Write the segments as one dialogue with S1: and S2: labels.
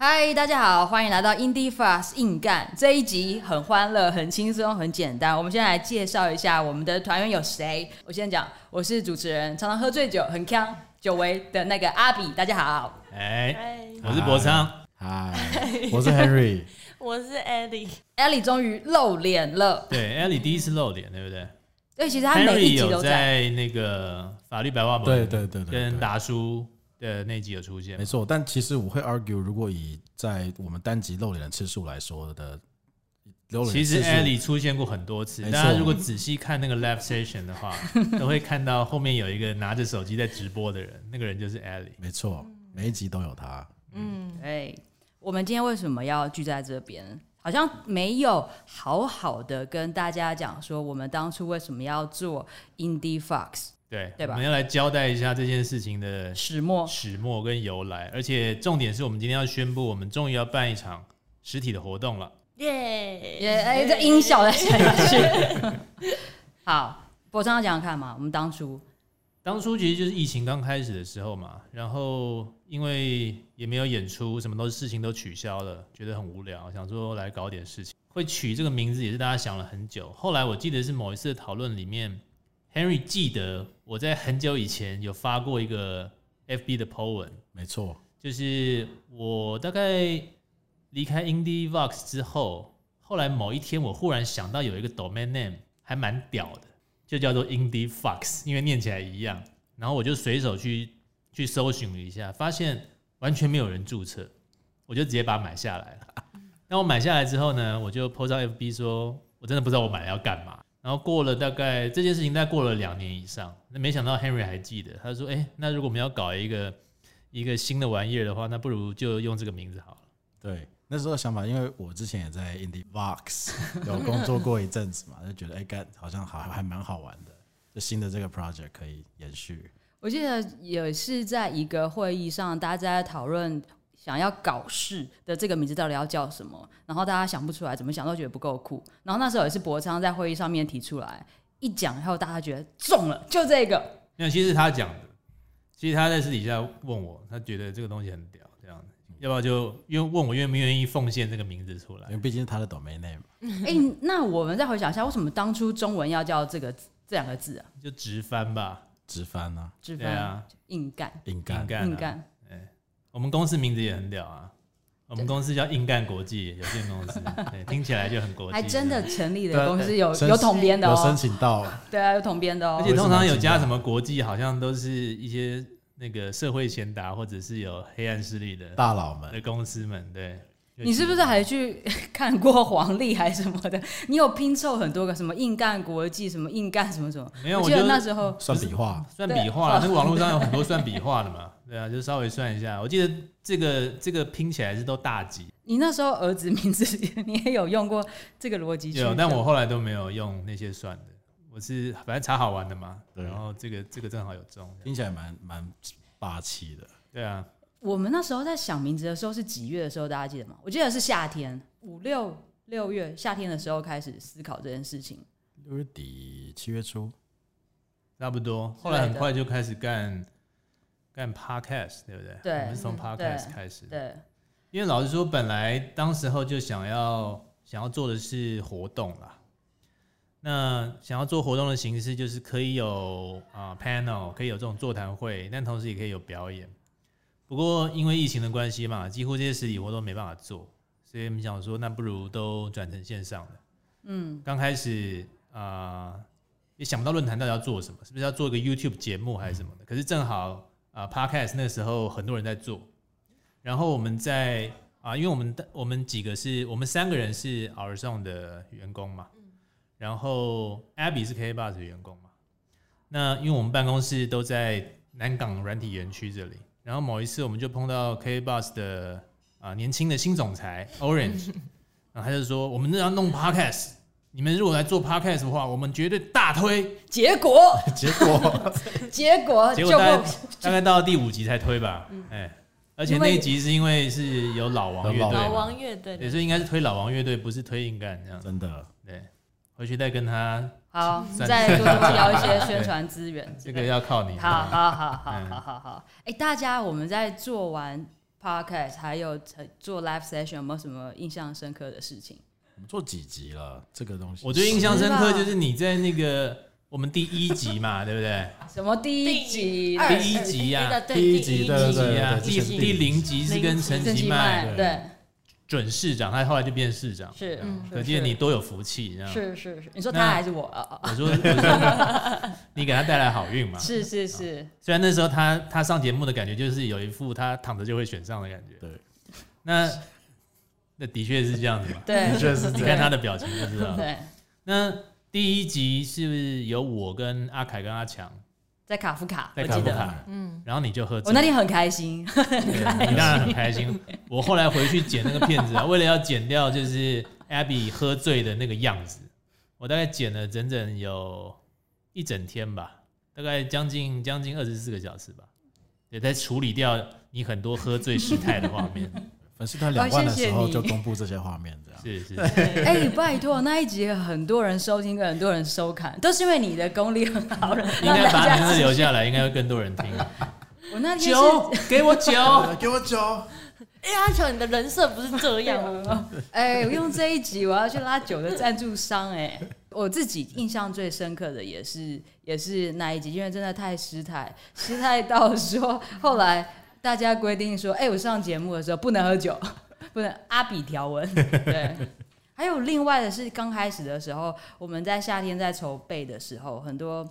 S1: 嗨，大家好，欢迎来到 Indie Fast 硬干这一集，很欢乐，很轻松，很简单。我们先来介绍一下我们的团员有谁。我先讲，我是主持人，常常喝醉酒，很呛，久违的那个阿比，大家好。
S2: 哎，
S3: 嗨，
S2: 我是博昌，
S4: 嗨，我是 Henry，
S3: 我是 Ellie，
S1: Ellie 终于露脸了，
S2: 对，Ellie 第一次露脸，对不对
S1: 对，其实他每一
S2: ？Henry
S1: 集都
S2: 有
S1: 在。
S2: 在那个法律白话本，
S4: 对对对对
S2: 跟
S4: 对
S2: 达叔的那集有出现
S4: 没，错。但其实我会 argue，如果以在我们单集露脸的次数来说的，露脸
S2: 其实
S4: 次数
S2: Ellie 出现过很多次，
S4: 没错
S2: 大家如果仔细看那个 live session 的话，都会看到后面有一个拿着手机在直播的人，那个人就是 Ellie。
S4: 没错，每一集都有他。
S3: 嗯，
S1: 对，我们今天为什么要聚在这边？好像没有好好的跟大家讲说，我们当初为什么要做 Indie Fox
S2: 对，
S1: 对吧
S2: 我们要来交代一下这件事情的
S1: 始末。
S2: 始末跟由来，而且重点是我们今天要宣布，我们终于要办一场实体的活动了。
S3: 耶
S1: 也哎，这音效再下去。好，博昌要讲讲看嘛，我们当初
S2: 当初其实就是疫情刚开始的时候嘛，然后因为也没有演出，什么都事情都取消了，觉得很无聊，想说来搞点事情。会取这个名字也是大家想了很久。后来我记得是某一次的讨论里面，Henry 记得我在很久以前有发过一个 FB 的 po 文，
S4: 没错，
S2: 就是我大概离开 Indie Vox 之后，后来某一天我忽然想到有一个 domain name 还蛮屌的，就叫做 Indie Fox，因为念起来一样。然后我就随手去去搜寻了一下，发现完全没有人注册，我就直接把它买下来了。那我买下来之后呢，我就 PO 到 FB 说，我真的不知道我买了要干嘛。然后过了大概这件事情，大概过了两年以上，那没想到 Henry 还记得，他说：“哎、那如果我们要搞一个一个新的玩意儿的话，那不如就用这个名字好了。
S4: 对。那时候的想法，因为我之前也在 Indie Vox 有工作过一阵子嘛，就觉得哎，干、好像还还蛮好玩的，就新的这个 project 可以延续。
S1: 我记得也是在一个会议上，大家在讨论想要搞事的这个名字到底要叫什么，然后大家想不出来，怎么想都觉得不够酷。然后那时候也是博昌在会议上面提出来，一讲以后大家觉得中了，就这个。
S2: 没有，其实他讲的，其实他在私底下问我，他觉得这个东西很屌，这样子，要不要就因为问我愿不愿意奉献这个名字出来
S4: 因为。毕竟是他的 domain name，
S1: 哎、那我们再回想一下，为什么当初中文要叫这个这两个字啊？
S2: 就直翻吧，
S4: 直翻啊，
S1: 直
S2: 对
S1: 翻、
S2: 啊，
S1: 硬干，
S4: 硬
S2: 硬
S4: 干，
S2: 干、啊，
S1: 硬干。
S2: 我们公司名字也很屌啊，我们公司叫硬干国际有限公 司，对，听起来就很国际，
S1: 还真的。成立
S4: 对
S1: 了
S4: 啊
S1: 公司有
S4: 申
S1: 有统编的
S4: 有申
S1: 哦，
S4: 请到
S1: 对啊，有统编的哦
S2: 而。且通常有加什么国际，好像都是一些那个社会贤达或者是有黑暗势力的
S4: 大佬们，
S2: 的公司们，对。
S1: 你是不是还去 看过黄历还是什么的？你有拼凑很多个什么硬干国际，什么硬干什么什么？
S2: 没有
S1: 我
S2: 我
S1: 记得
S2: 就
S1: 那时候
S4: 算笔画，
S2: 算笔画啦，那个网络上有很多算笔画的嘛，对啊，就稍微算一下。我记得这个这个拼起来是都大几，
S1: 你那时候儿子名字 你也有用过这个逻辑去
S2: 有，但我后来都没有用那些算的，我是反正查好玩的嘛。
S4: 对
S2: 然后这个这个正好有中，
S4: 听起来蛮蛮霸气的。
S2: 对啊，
S1: 我们那时候在想名字的时候是几月的时候？大家记得吗？我记得是夏天，五六六月夏天的时候开始思考这件事情。
S4: 六月底七 月初，
S2: 差不多。后来很快就开始干干 podcast，对不对？
S1: 对
S2: 我们是从
S3: 嗯
S2: podcast
S1: 对
S2: 开始的。
S1: 对，
S2: 因为老实说，本来当时候就想要想要做的是活动啦。那想要做活动的形式，就是可以有啊、panel，可以有这种座谈会，但同时也可以有表演。不过因为疫情的关系嘛，几乎这些实体活动没办法做，所以我们想说，那不如都转成线上的。嗯，刚开始啊、也想不到论坛到底要做什么，是不是要做一个 YouTube 节目还是什么的？可是正好啊、podcast 那时候很多人在做，然后我们在啊，因为我们的我们几个是我们三个人是 Our Song 的员工嘛，然后 Abby 是 K Bus 的员工嘛。那因为我们办公室都在南港软体园区这里，然后某一次我们就碰到 K Bus 的啊年轻的新总裁 Orange，然后他就说我们要弄 Podcast，你们如果来做 Podcast 的话，我们绝对大推。
S1: 结果
S4: 结果
S1: 结果
S2: 结
S1: 啊就
S2: 果大概
S1: 不
S2: 大概到第五集才推吧，哎、而且
S1: 因
S2: 那
S1: 为
S2: 一集是因为是有老王乐队嘛，
S3: 老王乐队
S2: 也
S3: 的，
S2: 是应该是推老王乐队，不是推硬干这样。
S4: 真的
S2: 对，回去再跟他
S1: 好，
S2: 三
S1: 再多多聊一些宣传资源之
S2: 这
S1: 类的。
S2: 嗯个要靠你。
S1: 好好好好好好好，哎、大家，我们在做完 podcast，还有做 live session，有没有什么印象深刻的事情？
S4: 我们做几集了？这个东西，
S2: 我最印 象深刻
S1: 是吧
S2: 就是你在那个我们第一集嘛，对不 对？
S1: 什么第一集、
S3: 二
S2: 第一集呀
S3: 那个对
S4: 第一
S3: 第
S4: 集，
S3: 一
S4: 对对
S2: 第一集
S4: 对
S2: 啊，
S4: 对，
S2: 第
S4: 之前
S2: 第零集是跟陈
S1: 郑
S2: 其
S1: 其
S2: 迈
S1: 迈？对，
S2: 准市长，他后来就变市长，
S1: 是，是
S2: 可见你多有福气，这样。
S1: 是是是，你说
S2: 那
S1: 他还是我？啊啊
S2: 我说，我说你给他带来好运嘛。
S1: 是是是，
S2: 虽然那时候他他上节目的感觉就是有一副他躺着就会选上的感觉。
S4: 对，
S2: 那那的确是这样子嘛。
S1: 对
S4: 的确是
S2: 你
S4: 这
S2: 看
S4: 样。
S2: 他的表情就知道。
S1: 对，
S2: 那第一集是有我跟阿凯跟阿强
S1: 在卡夫卡，
S2: 在
S1: 我
S2: 卡
S1: 记
S2: 夫
S1: 得，
S2: 卡，
S3: 嗯，
S2: 然后你就喝
S1: 我
S2: 醉
S1: 那，天很开心，
S2: 对你当然很开心。我后来回去剪那个片子啊，为了要剪掉就是 Abby 喝醉的那个样子，我大概剪了整整有一整天吧，大概将近将近二十四个小时吧，也在处理掉你很多喝醉失态的画 面。
S4: 粉丝团两万的时
S1: 好
S4: 候
S1: 谢谢你
S4: 就公布这些画面，这样。
S2: 是是，
S1: 哎、拜托，那一集很多人收听，跟很多人收看，都是因为你的功力很好，让
S2: 应该把
S1: 大
S2: 名字
S1: 家。
S2: 留下来，应该会更多人听。
S1: 我 那天
S2: 酒
S1: 是，，
S2: 给我酒。
S4: 给我酒，
S3: 哎，阿球，你的人设不是这样哦，
S1: 哎、我用这一集我要去拉酒的赞助商、哎，我自己印象最深刻的也是也是那一集，因为真的太失态，失态到说后来大家规定说，哎、我上节目的时候不能喝酒， 不能阿比条纹，对。还有另外的是，刚开始的时候，我们在夏天在筹备的时候，很多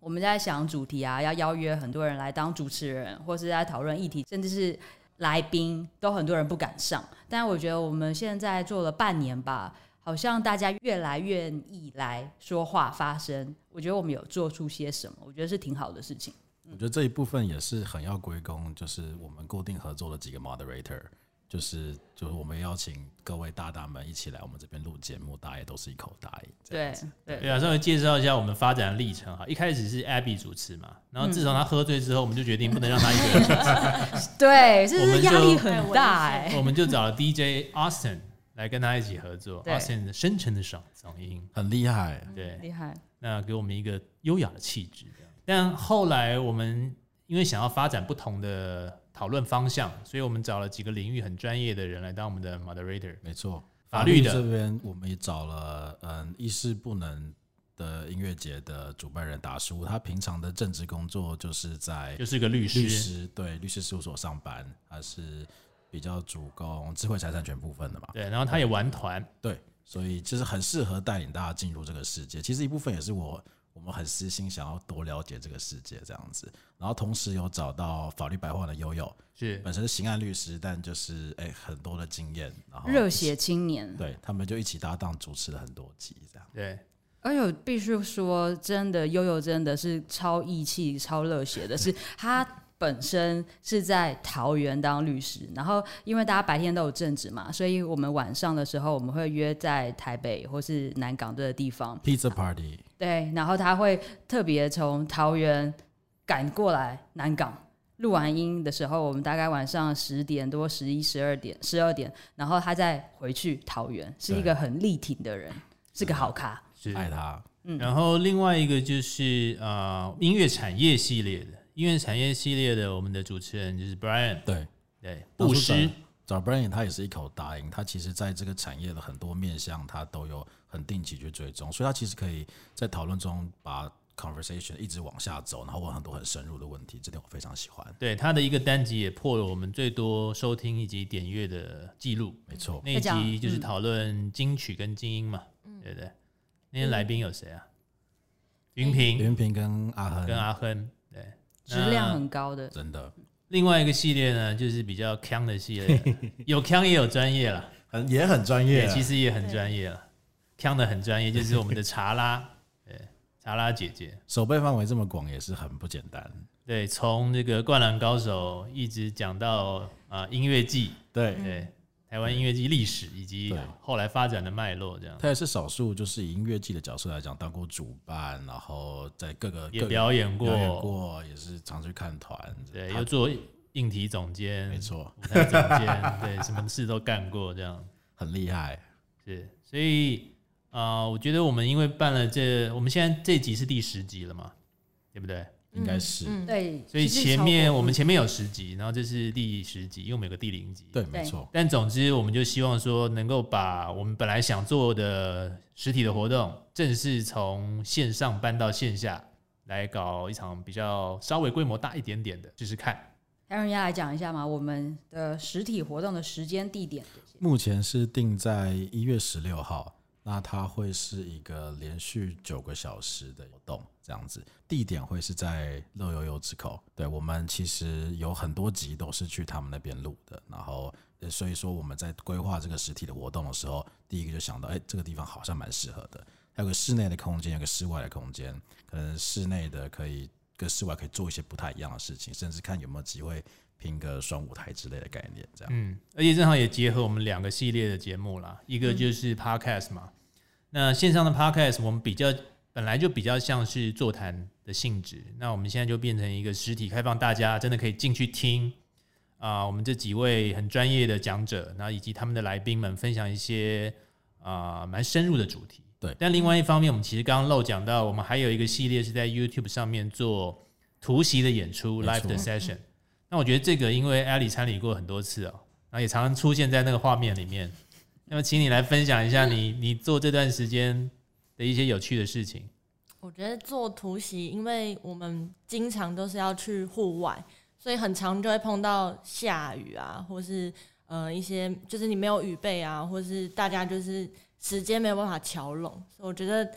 S1: 我们在想主题啊，要邀约很多人来当主持人，或是在讨论议题，甚至是来宾，都很多人不敢上。但我觉得我们现在做了半年吧，好像大家越来越愿意来说话发声。我觉得我们有做出些什么，我觉得是挺好的事情。
S4: 我觉得这一部分也是很要归功，就是我们固定合作的几个 moderator，就是就是我们邀请各位大大们一起来我们这边录节目，大家也都是一口答应。这样
S1: 对
S4: 子，
S1: 对
S2: 对啊，稍微介绍一下我们发展的历程哈。一开始是 Abby 主持嘛，然后自从她喝醉之后，我们就决定不能让她一个人主
S1: 对，这
S2: 我们
S1: 是
S2: 就
S1: 压力很大哎、
S2: 持，我们就找了 DJ Austin 来跟她一起合作。
S1: 对
S2: Austin 的深沉的嗓嗓音，
S4: 很厉害。
S2: 对，
S1: 厉害。
S2: 那给我们一个优雅的气质。这样但后来我们因为想要发展不同的讨论方向，所以我们找了几个领域很专业的人来当我们的 moderator。
S4: 没错，
S2: 法律的
S4: 这边我们也找了嗯一事不能的音乐节的主办人达叔，他平常的正职工作就是在
S2: 就是个律师，
S4: 律师对律师事务所上班，他是比较主攻智慧财产权部分的嘛，
S2: 对，然后他也玩团，
S4: 对，所以其实很适合带领大家进入这个世界。其实一部分也是我我们很私心想要多了解这个世界这样子，然后同时有找到法律白话的悠悠，
S2: 是
S4: 本身是刑案律师，但就是哎、很多的经验，然后
S1: 热血青年，
S4: 对他们就一起搭档主持了很多集这样。
S2: 对，
S1: 而且我哎必须说，真的悠悠真的是超义气、超热血的，是他。本身是在桃园当律师，然后因为大家白天都有正职嘛，所以我们晚上的时候我们会约在台北或是南港这个地方，
S4: Pizza Party，
S1: 对，然后他会特别从桃园赶过来南港。录完音的时候，我们大概晚上十点多、十一、十二点、十二点，然后他再回去桃园，是一个很力挺的人，是个好咖。
S2: 是
S4: 爱他，
S1: 嗯
S2: 然后另外一个就是呃音乐产业系列的，音乐产业系列的我们的主持人就是 Brian，
S4: 对，
S2: 对，
S4: 当
S2: 布
S4: 初找
S2: 施，
S4: 找 Brian，他也是一口答应。他其实在这个产业的很多面向，他都有很定期去追踪，所以他其实可以在讨论中把 conversation 一直往下走，然后问很多很深入的问题。这点我非常喜欢。
S2: 对他的一个单集也破了我们最多收听以及点阅的记录，
S4: 没错，
S2: 那一
S1: 在
S2: 集
S1: 讲嗯
S2: 就是讨论金曲跟精英嘛，对不对？那天来宾有谁啊？
S1: 嗯
S2: 云平
S4: 云平跟阿
S2: 跟
S4: 亨
S2: 阿亨，对，
S1: 质量很高的，
S4: 真的
S2: 另外一个系列呢，就是比较腔的系列， 有腔也有专业了。
S4: 很也很专业
S2: 对，
S4: 啊，
S2: 其实也很专业了，腔的很专业，就是我们的查拉， 对，查拉姐姐，
S4: 手背范围这么广也是很不简单。
S2: 对，从这个《灌篮高手》一直讲到啊、呃音乐季，
S4: 对，
S2: 对，台湾音乐季历史以及
S4: 对
S2: 后来发展的脉络，这样
S4: 他也是少数，就是以音乐季的角色来讲，当过主办，然后在各个
S2: 也
S4: 各个
S2: 表演过，
S4: 表演过，也是常去看团。
S2: 对，
S4: 他
S2: 又做硬体总监，
S4: 没，错，
S2: 舞台总监， 对，什么事都干过，这样
S4: 很厉害。
S2: 是，所以啊、呃我觉得我们因为办了这，我们现在这集是第十集了嘛，对不对？
S4: 应该是、
S1: 对，
S2: 所以
S1: 其实
S2: 前
S1: 超
S2: 面
S1: 过嗯
S2: 我们前面有十集，然后这是第十集，因为我们有个第零集。
S4: 对，没错，
S2: 但总之，我们就希望说，能够把我们本来想做的实体的活动，正式从线上搬到线下，来搞一场比较稍微规模大一点点的试试看。
S1: 还有人要来讲一下嘛，我们的实体活动的时间、地点这些。
S4: 目前是定在一月十六号，那它会是一个连续九个小时的活动，这样子，地点会是在乐悠悠之口。对我们其实有很多集都是去他们那边录的，然后呃所以说我们在规划这个实体的活动的时候，第一个就想到，哎，这个地方好像蛮适合的。呃还有个室内的空哎间，有个室外的空间，可能室内的可以跟室外可以做一些不太一样的事情，甚至看有没有机会拼个双舞台之类的概念，这样。
S2: 嗯，而且正好也结合我们两个系列的节目啦，一
S1: 嗯
S2: 个就是 podcast 嘛，那线上的 podcast 我们比较本来就比较像是座谈的性质，那我们现在就变成一个实体开放，大家真的可以进去听啊、我们这几位很专业的讲者，然后以及他们的来宾们分享一些啊蛮、深入的主题。
S4: 对
S2: 但另外一方面，我们其实刚刚漏讲到，我们还有一个系列是在 YouTube 上面做突袭的演出
S4: 没错
S2: live 的 session。那我觉得这个，因为艾里参与过很多次哦，然后也常常出现在那个画面里面。那么，请你来分享一下你你做这段时间的一些有趣的事情。
S3: 我觉得做突袭，因为我们经常都是要去户外，所以很常就会碰到下雨啊，或是呃一些就是你没有雨备啊，或是大家就是时间没有办法敲拢，所以我觉得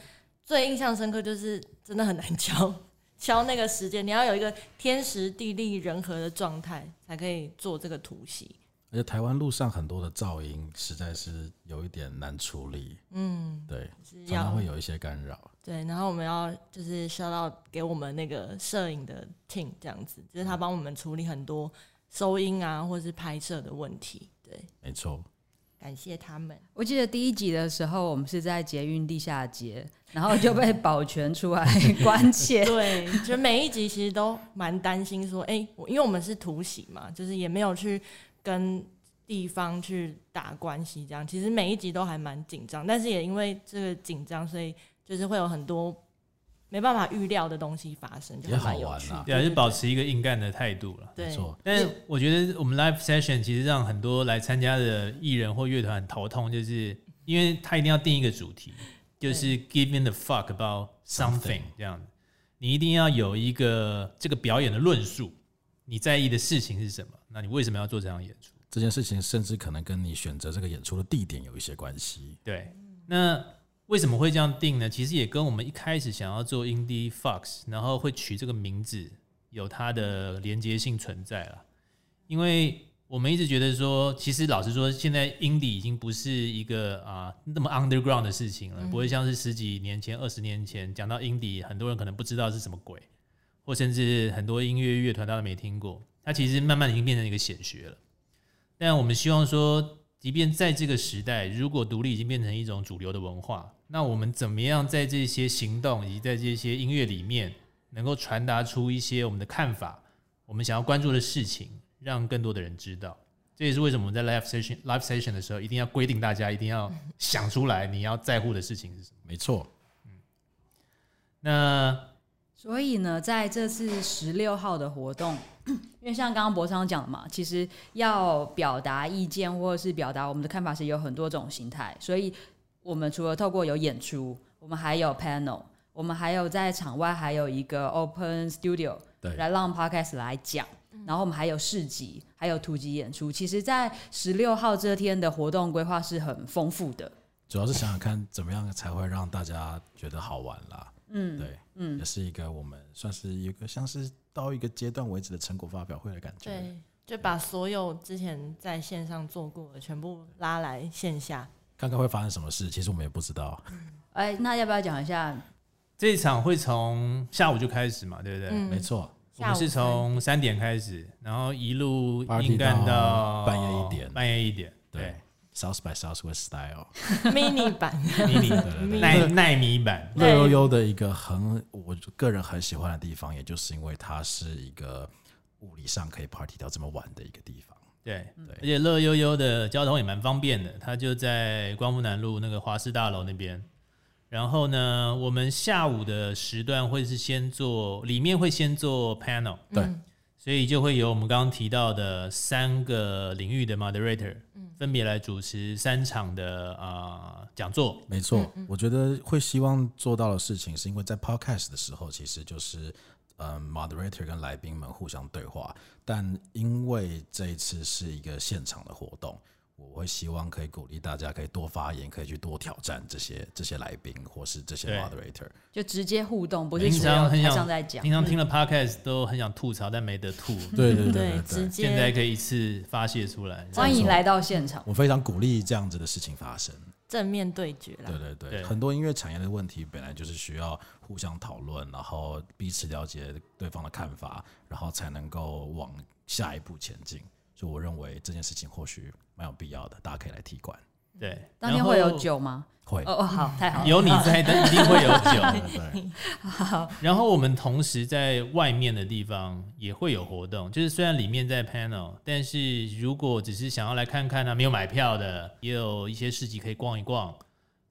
S3: 最印象深刻就是真的很难 敲敲那个时间，你要有一个天时地利人和的状态才可以做这个突袭。
S4: 而且台湾路上很多的噪音实在是有一点难处理，
S3: 嗯，
S4: 对，
S3: 是
S4: 常常
S3: 要
S4: 会有一些干扰。
S3: 对，然后我们要就是需要到给我们那个摄影的 team 这样子，就是他帮我们处理很多收音啊或是拍摄的问题。对，
S4: 没错，
S3: 感谢他们。
S1: 我记得第一集的时候，我们是在捷运地下街，然后就 被保全出来关 切。
S3: 对，就每一集其实都蛮担心说，哎、我因为我们是突袭嘛，就是也没有去跟地方去打关系，这样其实每一集都还蛮紧张，但是也因为这个紧张，所以就是会有很多没办法预料的东西发生，就
S4: 也
S3: 还
S4: 好
S3: 蛮有
S4: 玩
S3: 趣。
S4: 啊，
S2: 对啊，就保持一个硬干的态度了。
S3: 对
S4: 没错。
S2: 但是我觉得我们 live session 其实让很多来参加的艺人或乐团很头痛，就是因为他一定要定一个主题，就是 giving the fuck about something
S4: Something
S2: 这样子，你一定要有一个这个表演的论述，你在意的事情是什么？那你为什么要做这场演出？
S4: 这件事情甚至可能跟你选择这个演出的地点有一些关系。
S2: 对，那为什么会这样定呢？其实也跟我们一开始想要做 Indie Fox，然后会取这个名字，有它的连接性存在了。因为我们一直觉得说，其实老实说，现在 Indie 已经不是一个啊那么 underground 的事情了，不会像是十几年前、二十年前讲到 Indie，很多人可能不知道是什么鬼，或甚至很多音乐乐团大家没听过。它其实慢慢已经变成一个显学了。但我们希望说，即便在这个时代，如果独立已经变成一种主流的文化，那我们怎么样在这些行动以及在这些音乐里面，能够传达出一些我们的看法，我们想要关注的事情，让更多的人知道。这也是为什么我们在 live session live session 的时候，一定要规定大家一定要想出来你要在乎的事情是什么。
S4: 没错，
S2: 那
S1: 所以呢，在这次十六号的活动， 因为像刚刚博昌讲的嘛，其实要表达意见或者是表达我们的看法是有很多种形态，所以我们除了透过有演出，我们还有 panel，我们还有在场外还有一个 open studio，
S4: 对
S1: 来让 podcast 来讲。然后我们还有市集，还有突击演出。其实，在十六号这天的活动规划是很丰富的。
S4: 主要是想想看怎么样才会让大家觉得好玩啦。嗯，对，嗯，也是一个我们算是一个像是到一个阶段为止的成果发表会的感觉。
S3: 对，就把所有之前在线上做过的全部拉来线下。
S4: 看看会发生什么事，其实我们也不知道。
S1: 哎，那要不要讲一下
S2: 这一场会从下午就开始嘛，对不对？
S3: 嗯
S4: 没错，
S2: 我们是
S3: 下午三
S2: 从三点开始，然后一路
S4: Party
S2: 硬干
S4: 到
S2: 到
S4: 半夜一点
S2: 半夜一点，
S4: 对
S2: 对，
S4: ，South by Southwest Style，
S3: mini 版，
S2: 迷你
S4: 对
S2: 耐耐米版，
S4: 乐悠悠的一个很我个人很喜欢的地方，也就是因为它是一个物理上可以 party 到这么晚的一个地方。
S2: 对，
S4: 对
S2: 而且乐悠悠的交通也蛮方便的，它就在光复南路那个华师大楼那边，然后呢，我们下午的时段会是先做，里面会先做 panel，
S4: 对
S3: 嗯
S2: 所以就会有我们刚刚提到的三个领域的 moderator，、分
S1: 嗯
S2: 别来主持三场的啊讲、座。
S4: 没错，我觉得会希望做到的事情，是因为在 podcast 的时候，其实就是呃 moderator 跟来宾们互相对话，但因为这一次是一个现场的活动，我会希望可以鼓励大家可以多发言，可以去多挑战这些这些来宾或是这些
S2: 对
S4: moderator。
S1: 就直接互动，不是
S2: 平
S1: 只
S2: 常
S1: 有
S2: 很
S1: 台
S2: 想
S1: 上在讲
S2: 平。常听了 podcast 都很想吐槽，但没得吐。
S1: 嗯
S4: 对对
S3: 对
S4: 对，
S3: 直
S4: 对，
S2: 现在
S3: 接
S2: 可以一次发泄出来。
S1: 欢迎来到现场，
S4: 我非常鼓励这样子的事情发生。
S3: 正面对决啦
S4: 对。对对，
S2: 对
S4: 很多音乐产业的问题本来就是需要互相讨论，然后彼此了解对方的看法，然后才能够往下一步前进。所以我认为这件事情或许蛮有必要的，大家可以来踢馆。
S2: 对，
S1: 当天
S2: 然后
S1: 会有，酒吗？
S4: 会，
S1: 哦哦，好，太好了。
S2: 有你在，一定会有 酒。
S4: 对 对
S2: 然后我们同时在外面的地方也会有活动，就是虽然里面在 panel，但是如果只是想要来看看啊呢、没有买票的，也有一些市集可以逛一逛，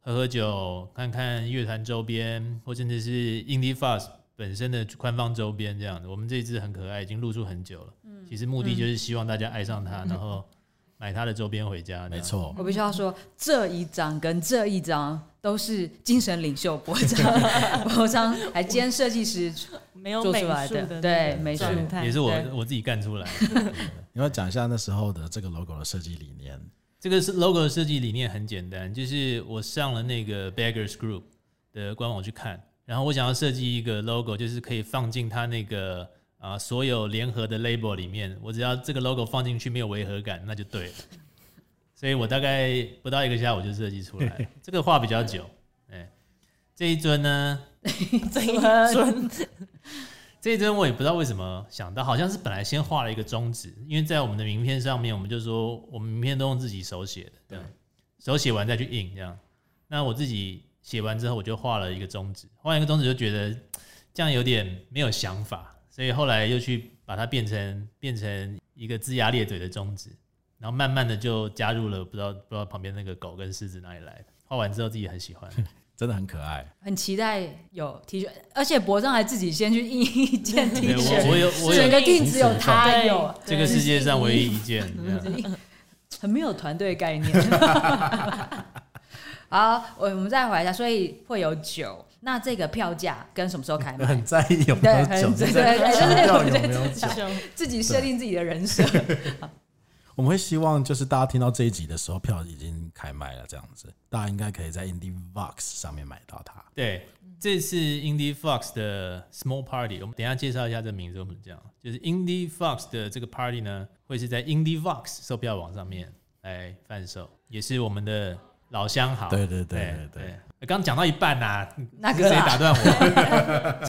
S2: 喝喝酒，看看乐团周边，或甚至是 Indie Fast 本身的官方周边这样子。我们这一支很可爱，已经露出很久了。
S3: 嗯
S2: 其实目的就是希望大家爱上它，然后买它的周边回家。
S4: 没，错。
S1: 我必须要说，这一张跟这一张都是精神领袖博章， 博章还兼设计师
S3: 没有
S1: 做
S3: 美
S1: 出来
S3: 术的那
S1: 的，
S3: 个
S1: 对，美术。
S3: 状态
S2: 也是 我
S1: 对
S2: 我自己干出来的。
S4: 你要讲一下那时候的这个 logo 的设计理念。
S2: 这个是 logo 的设计理念很简单，就是我上了那个 Beggars Group 的官网去看，然后我想要设计一个 logo，就是可以放进它那个啊、所有联合的 label 里面，我只要这个 logo 放进去没有违和感，那就对了。 所以我大概不到一个下午就设计出来了，这个画比较久。哎，这一尊呢，
S3: 这一尊
S2: 这一针我也不知道为什么想到，好像是本来先画了一个中指，因为在我们的名片上面，我们就说我们名片都用自己手写的，这样手写完再去印这样。那我自己写完之后，我就画了一个中指，画完一个中指就觉得嘖这样有点没有想法，所以后来又去把它变成变成一个龇牙咧嘴的中指，然后慢慢的就加入了不知道不知道旁边那个狗跟狮子哪里来的，画完之后自己很喜 欢。
S4: 真的很可爱，
S1: 很期待有 T 恤，而且博章还自己先去印一件 T
S2: 对
S1: 恤，
S2: 我我有我
S1: 整
S2: 有
S1: 个 team 只有他
S3: 对
S1: 有，
S2: 这个世界上唯一一件这样。
S1: 很没有团队概念。好，我我们再回来一下，所以会有酒。那这个票价跟什么时候开卖？
S4: 在意有
S1: 对，很对，对就是我们在自 己
S3: 胸
S1: 自己设定自己的人设。
S4: 我们会希望就是大家听到这一集的时候，票已经开卖了，这样子，大家应该可以在 Indie Vox 上面买到它。
S2: 对，这次 Indie Fox 的 Small Party，我们等一下介绍一下这名字，我们讲就是 Indie Fox 的这个 Party 呢，会是在 Indie Fox 售票网上面来贩售，也是我们的老乡好。哎
S4: 对对对
S2: 对
S4: 对对。
S2: 刚讲到一半呐、
S1: 那
S2: 是
S1: 个
S2: 谁
S1: 啦
S2: 打断 我？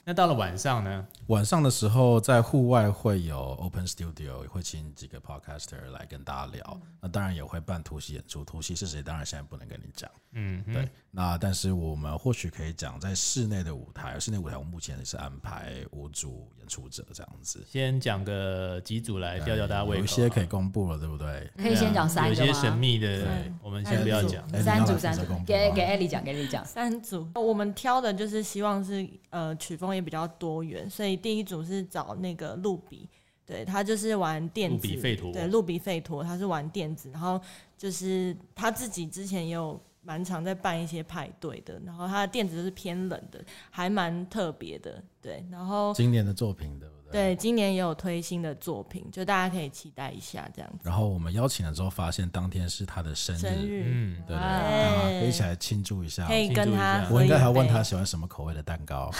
S2: 那到了晚上呢？
S4: 晚上的时候，在户外会有 Open Studio，也会请几个 podcaster 来跟大家聊。那当然也会办突袭演出，突袭是谁？当然现在不能跟你讲。
S2: 嗯，
S4: 对，那但是我们或许可以讲，在室内的舞台，室内舞台我目前也是安排五组演出者这样子，
S2: 先讲个几组来吊吊大家胃口。啊
S4: 有一些可以公布了，对不对？
S1: 可以先讲三
S2: 有
S1: 个
S2: 些神
S1: 吗？
S2: 秘的
S4: 对，
S2: 我们先不要讲。
S4: 哎
S1: 三组
S4: 你要
S1: 三
S4: 再
S1: 组
S4: 公布吗，
S1: 给给艾莉讲，给艾莉讲。
S3: 三组，我们挑的就是希望是呃曲风也比较多元，所以第一组是找那个露比，对他就是玩电子，
S2: 路比费陀
S3: 对露比费陀，他是玩电子，然后就是他自己之前也有蛮常在办一些派对的，然后他的电子就是偏冷的，还蛮特别的，对，然后
S4: 今年的作品，对不对？
S3: 对今年也有推新的作品，就大家可以期待一下这样子。
S4: 然后我们邀请了之后，发现当天是他的生日，
S3: 生日、
S2: 嗯，
S4: 对对对，
S1: 哇
S4: 大家可以一起来庆祝一下
S3: 可。以
S2: 庆
S3: 跟
S2: 祝一
S3: 他
S2: 下
S3: 喝
S4: 我应该
S3: 一
S4: 还问
S3: 杯
S4: 他喜欢什么口味的蛋糕，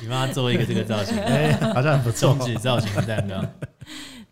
S2: 你帮他做一个这个造型，
S4: 哎，好像很不错
S2: 重。置造型的蛋糕。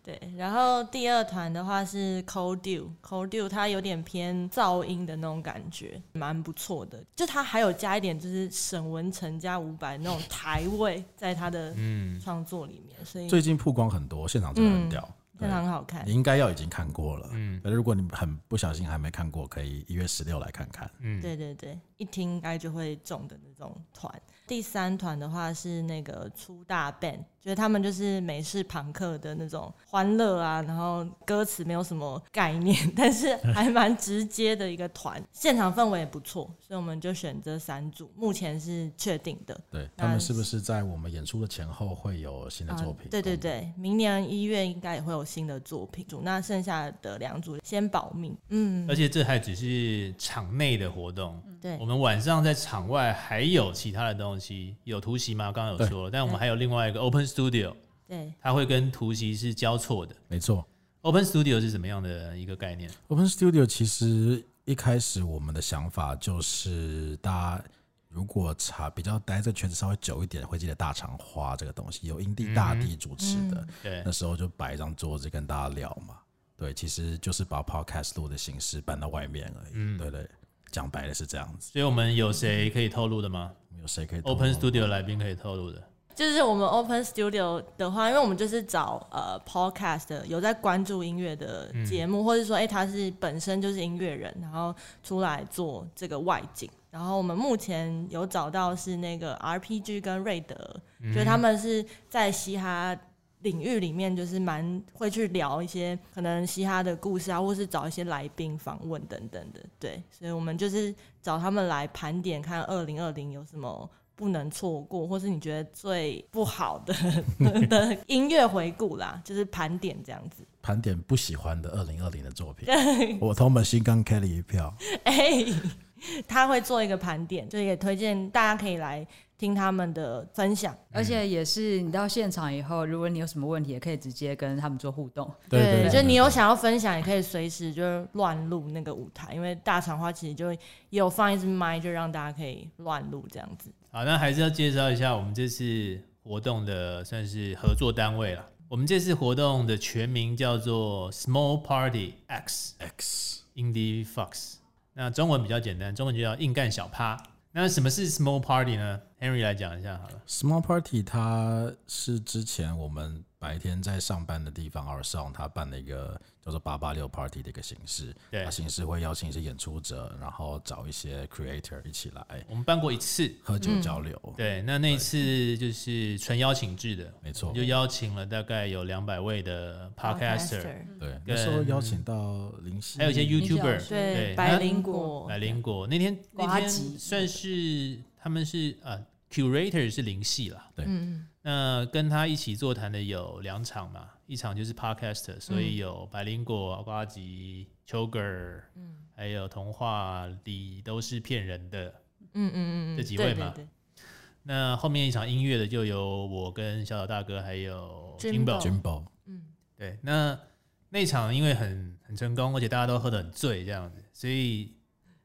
S3: 对，然后第二团的话是 Cold Dew，Cold Dew 它有点偏噪音的那种感觉，蛮不错的。就它还有加一点就是沈文成加伍佰那种台味在它的
S2: 嗯，
S3: 创作里面，所以
S4: 最近曝光很多，现场真的
S3: 嗯
S4: 很屌，
S3: 非常好看
S4: 你。应该要已经看过了。
S2: 嗯
S4: 嗯，但是如果你很不小心还没看过，可以一月十六来看看。
S2: 嗯，
S3: 对对对，一听应该就会中的那种团。第三团的话是那个粗大 band，觉得他们就是美式朋克的那种欢乐啊，然后歌词没有什么概念， 但是还蛮直接的一个团，现场氛围也不错，所以我们就选择三组，目前是确定的。
S4: 对
S3: 那
S4: 他们是不是在我们演出的前后会有新的
S3: 啊
S4: 作品？嗯
S3: 对对，对，明年一月应该也会有新的作品，那剩下的两组先保命。嗯，
S2: 而且这还只是场内的活动，
S3: 对
S2: 我，们晚上在场外还有其他的东西，有突袭吗？刚刚有说了，但我们还有另外一个 Open Studio，
S3: 对，
S2: 它会跟突袭是交错的。
S4: 没错。
S2: Open Studio 是什么样的一个概念？
S4: Open Studio 其实一开始我们的想法就是，大家如果查比较待在圈子稍微久一点，会记得大肠花这个东西，由英帝大帝主持的。
S3: 嗯
S2: 对
S4: 那，时候就摆一张桌子跟大家聊嘛。对，其实就是把 podcast 录的形式搬到外面而已。对对，讲白了是这样子。
S2: 所以我们有谁可以透露的吗
S4: 没有谁可以懂
S2: ？Open
S4: 我
S2: Studio 来宾可以透露的。
S3: 就是我们 Open Studio 的话，因为我们就是找呃 podcast 的有在关注音乐的节目，或者说哎、诶他是本身就是音乐人，然后出来做这个外景。然后我们目前有找到是那个 RPG 跟瑞德，就是他们是在嘻哈领域里面，就是蛮会去聊一些可能嘻哈的故事啊，或是找一些来宾访问等等的。对，所以我们就是找他们来盘点，看二零二零有什么不能错过， 或是你觉得最不好的 的音乐回顾啦，就是盘点这样子。
S4: 盘点不喜欢的二零二零的作品，我投本新刚 Kelly 一票。
S3: 哎、他会做一个盘点，就也推荐大家可以来听他们的分享。
S1: 而且也是你到现场以后，如果你有什么问题，也可以直接跟他们做互动。
S4: 对对对
S3: 就你有想要分享，也可以随时就是乱录那个舞台，因为大长花其实就也有放一支麦，就让大家可以乱录这样子。
S2: 好，那还是要介绍一下我们这次活动的算是合作单位了。我们这次活动的全名叫做 Small Party X
S4: X
S2: Indie Fox，那中文比较简单，中文就叫硬干小趴。那什么是 Small Party 呢？Henry 来讲一下好了。
S4: Small Party，它是之前我们白天在上班的地方 o u r s o n 它办了一个叫做八八六 Party 的一个形式。
S2: 对
S4: 它形式会邀请一些演出者，然后找一些 creator 一起来
S2: 我们办过一次，
S4: 喝酒交流。
S2: 对，那那一次就是纯邀请制的，
S4: 没错
S2: 我们就邀请了大概有两百位的 podcaster，
S4: 对，那时候邀请到林夕，
S2: 还有一些 YouTuber，
S1: 对
S3: 对，
S2: 那
S3: 百灵果
S2: 百灵果那天那
S1: 瓜
S2: 天
S1: 吉
S2: 算是他们是啊 curator 是林系啦，
S4: 对
S2: 嗯，那跟他一起座谈的有两场嘛，一场就是 podcast，所以有百灵果、瓜吉、秋哥，嗯，还有童话里都是骗人的，
S3: 嗯嗯嗯，
S2: 这几位嘛
S3: 对对对
S2: 那后面一场音乐的就有我跟小岛大哥还有 Jimbo，
S3: Jimbo
S4: Jimbo
S2: 对，那那场因为很很成功，而且大家都喝得很醉这样子，所以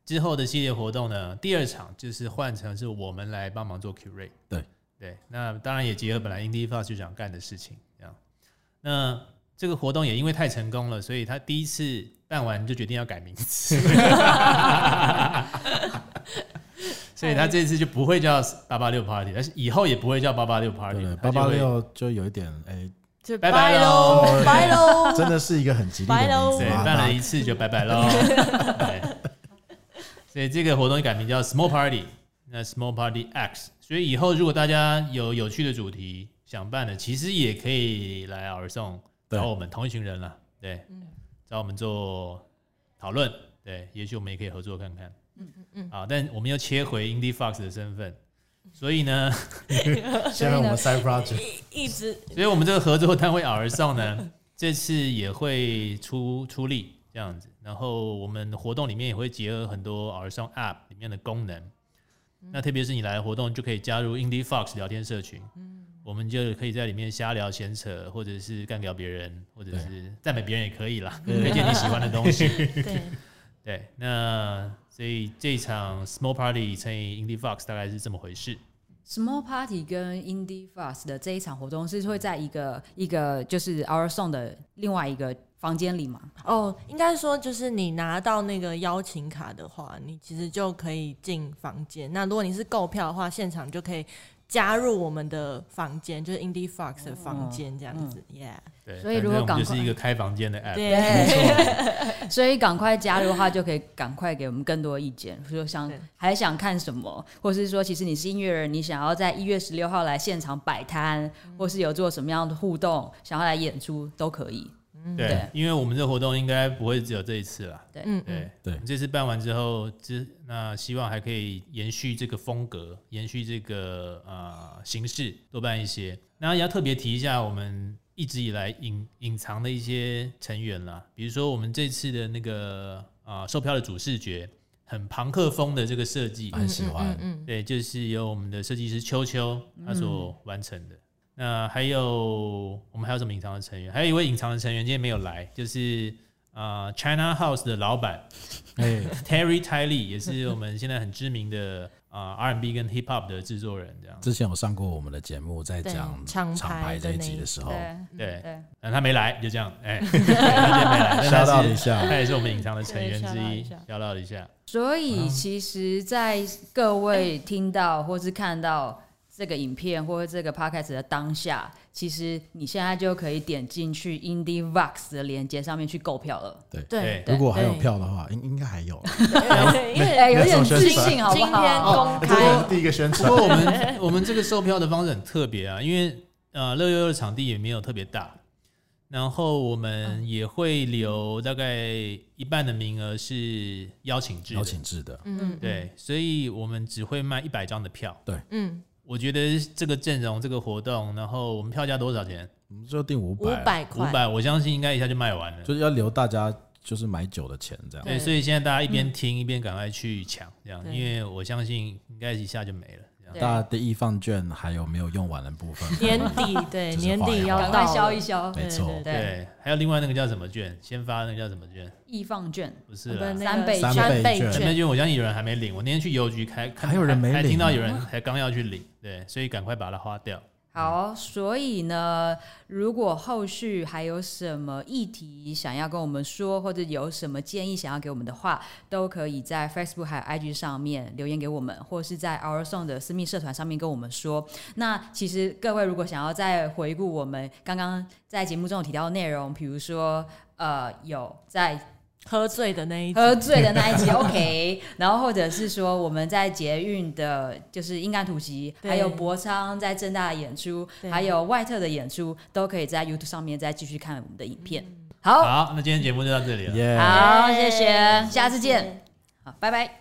S2: 之后的系列活动呢，第二场就是换成是我们来帮忙做 curate。
S4: 对
S2: 对，那当然也结合本来 Indie Fox 就想干的事情，这样。那这个活动也因为太成功了，所以他第一次办完就决定要改名字， 所以他这次就不会叫八八六 Party，但是以后也不会叫八八六 Party，
S4: 对对，
S2: 他就
S4: 八八
S2: 会
S4: 六就有一点哎，
S3: 就
S2: 拜拜
S3: 喽，拜喽，
S4: 真的是一个很吉利的
S3: 哦
S4: 名字
S2: 对，
S4: 嘛。
S2: 办了一次就拜拜喽。对所以这个活动改名叫 Small Party，那 Small Party X。所以以后如果大家有有趣的主题想办的，其实也可以来 o u
S4: 对
S2: 找我们同一群人了，对，找我们做讨论，对，也许我们也可以合作看看。嗯嗯好，但我们又切回 Indie Fox 的身份，所以呢，
S4: 先让我们 side project
S3: 一直
S2: 所以我们这个合作单位 R 上呢， 这次也会出出力这样子，然后我们活动里面也会结合很多 R 上 App 里面的功能。
S1: 嗯
S2: 那特别是你来活动，就可以加入 Indie Fox 聊天社群，
S1: 嗯
S2: 我们就可以在里面瞎聊闲扯，或者是干掉别人，或者是赞美别人也可以啦，推荐你喜欢的 东西。
S3: 对，
S2: 对，那所以这一场 Small Party 乘以 Indie Fox 大概是这么回事。
S1: Small Party 跟 Indie Fast 的这一场活动是会在一个一个就是 Our Song 的另外一个房间里 嘛？
S3: 哦，应该说就是你拿到那个邀请卡的话，你其实就可以进房间。那如果你是购票的话，现场就可以加入我们的房间，就是 Indie Fox 的房间这样子、y e a h
S2: 对，
S1: 所以如果
S2: 反正我
S1: 赶
S2: 们就是
S1: 快
S2: 一个开房间的 app，
S3: 对
S2: 没错，
S1: 所以赶快加入的话，就可以赶快给我们更多意见，说想
S3: 对
S1: 还想看什么，或是说其实你是音乐人，你想要在一月十六号来现场摆摊，或是有做什么样的互动，想要来演出都可以。
S2: 对
S1: 对，
S2: 因为我们这个活动应该不会只有这一次啦。
S3: 嗯嗯，
S2: 对，
S4: 对
S2: 我们这次办完之后，之那希望还可以延续这个风格，延续这个呃形式，多办一些。那也要特别提一下我们一直以来隐隐藏的一些成员啦，比如说我们这次的那个啊、呃售票的主视觉，很朋克风的这个设计，
S4: 很喜欢
S3: 嗯嗯
S2: 对，就是由我们的设计师秋秋他所完成的。那还有我们还有什么隐藏的成员？还有一位隐藏的成员今天没有来，就是呃 China House 的老板
S3: 嗯
S4: 哎，
S2: Terry Tiley，也是我们现在很知名的啊、呃 R&B 跟 Hip Hop 的制作人，这样
S4: 之前有上过我们的节目，在
S3: 对
S4: 讲
S3: 厂
S4: 厂
S3: 牌
S4: 牌
S3: 的
S4: 这一
S3: 那
S4: 集
S3: 一
S4: 的时候，
S1: 对
S2: 嗯对。
S1: 对，
S2: 那他没来，就这样， 哎、对他今天没来，但
S4: 吓到
S2: 他
S4: 了
S2: 是
S4: 一下
S2: 他也是我们隐藏的成员之
S3: 对
S2: 一
S3: 吓到一下，
S2: 笑到一下。
S1: 所以
S4: 嗯
S1: 其实，在各位听到或是看到这个影片或者这个 podcast 的当下，其实你现在就可以点进去 Indie Vox 的链接上面去购票了。
S2: 对
S3: 对，
S1: 对
S4: 如果还有
S3: 对
S4: 票的话，应应该还有。
S3: 对因为
S1: 哎、有点自
S4: 今
S1: 信好不
S3: 今天
S1: 好？
S3: 公
S5: 这个也
S3: 哦开
S5: 是第一个宣
S2: 不
S5: 传，
S2: 过我们我们这个售票的方式很特别啊，因为呃六六六场地也没有特别大，然后我
S3: 嗯
S2: 们也会留大概一半的名额是邀请制的，
S4: 邀请制的，
S3: 嗯，嗯，
S2: 对，所以我们只会卖一百张的票。
S3: 嗯，
S2: 我觉得这个阵容、这个活动，然后我们票价多少钱？
S4: 我们就定五
S3: 五
S4: 百，
S3: 百
S2: 五
S3: 块，
S2: 百，我相信应该一下就卖完了。
S4: 就是要留大家就是买酒的钱这样。
S2: 对，
S3: 对嗯
S2: 所以现在大家一边听一边赶快去抢，这样，
S3: 对
S2: 因为我相信应该一下就没了。这样
S1: 对
S4: 大家的易放券还有没有用完的部分？
S3: 年底对
S4: 就是
S3: 年
S4: 花一
S3: 底
S4: 花
S3: 要
S1: 赶
S3: 到
S1: 快
S3: 了
S1: 消一消
S4: 没错，
S3: 对
S1: 对
S2: 对，还有另外那个叫什么券，先发那个叫什么券？
S1: 易放券。
S2: 不是
S3: 我
S2: 啦
S3: 们那个
S1: 三倍
S4: 三倍
S3: 倍
S4: 券
S2: 准备券，我相信有人还没领。我那天去邮局开，看
S4: 还有人没
S2: 还听
S4: 领
S2: 到
S4: 啊
S2: 有人才刚要去领，对，所以赶快把它花掉。
S1: 好，所以呢，如果后续还有什么议题想要跟我们说，或者有什么建议想要给我们的话，都可以在 Facebook 还有 IG 上面留言给我们，或是在 Our Song 的私密社团上面跟我们说。那其实各位如果想要再回顾我们刚刚在节目中有提到的内容，比如说呃有在
S3: 喝醉的那一集，
S1: 喝醉的那一集，OK。然后或者是说我们在捷运的，就是应干土席，
S3: 对
S1: 还有博昌在正大的演出，
S3: 对
S1: 还有外特的演出，都可以在 YouTube 上面再继续看我们的影片。好，
S2: 好，那今天节目就到这里了。
S4: 耶
S1: 好，谢谢，
S3: 耶
S1: 下次见，好，拜拜。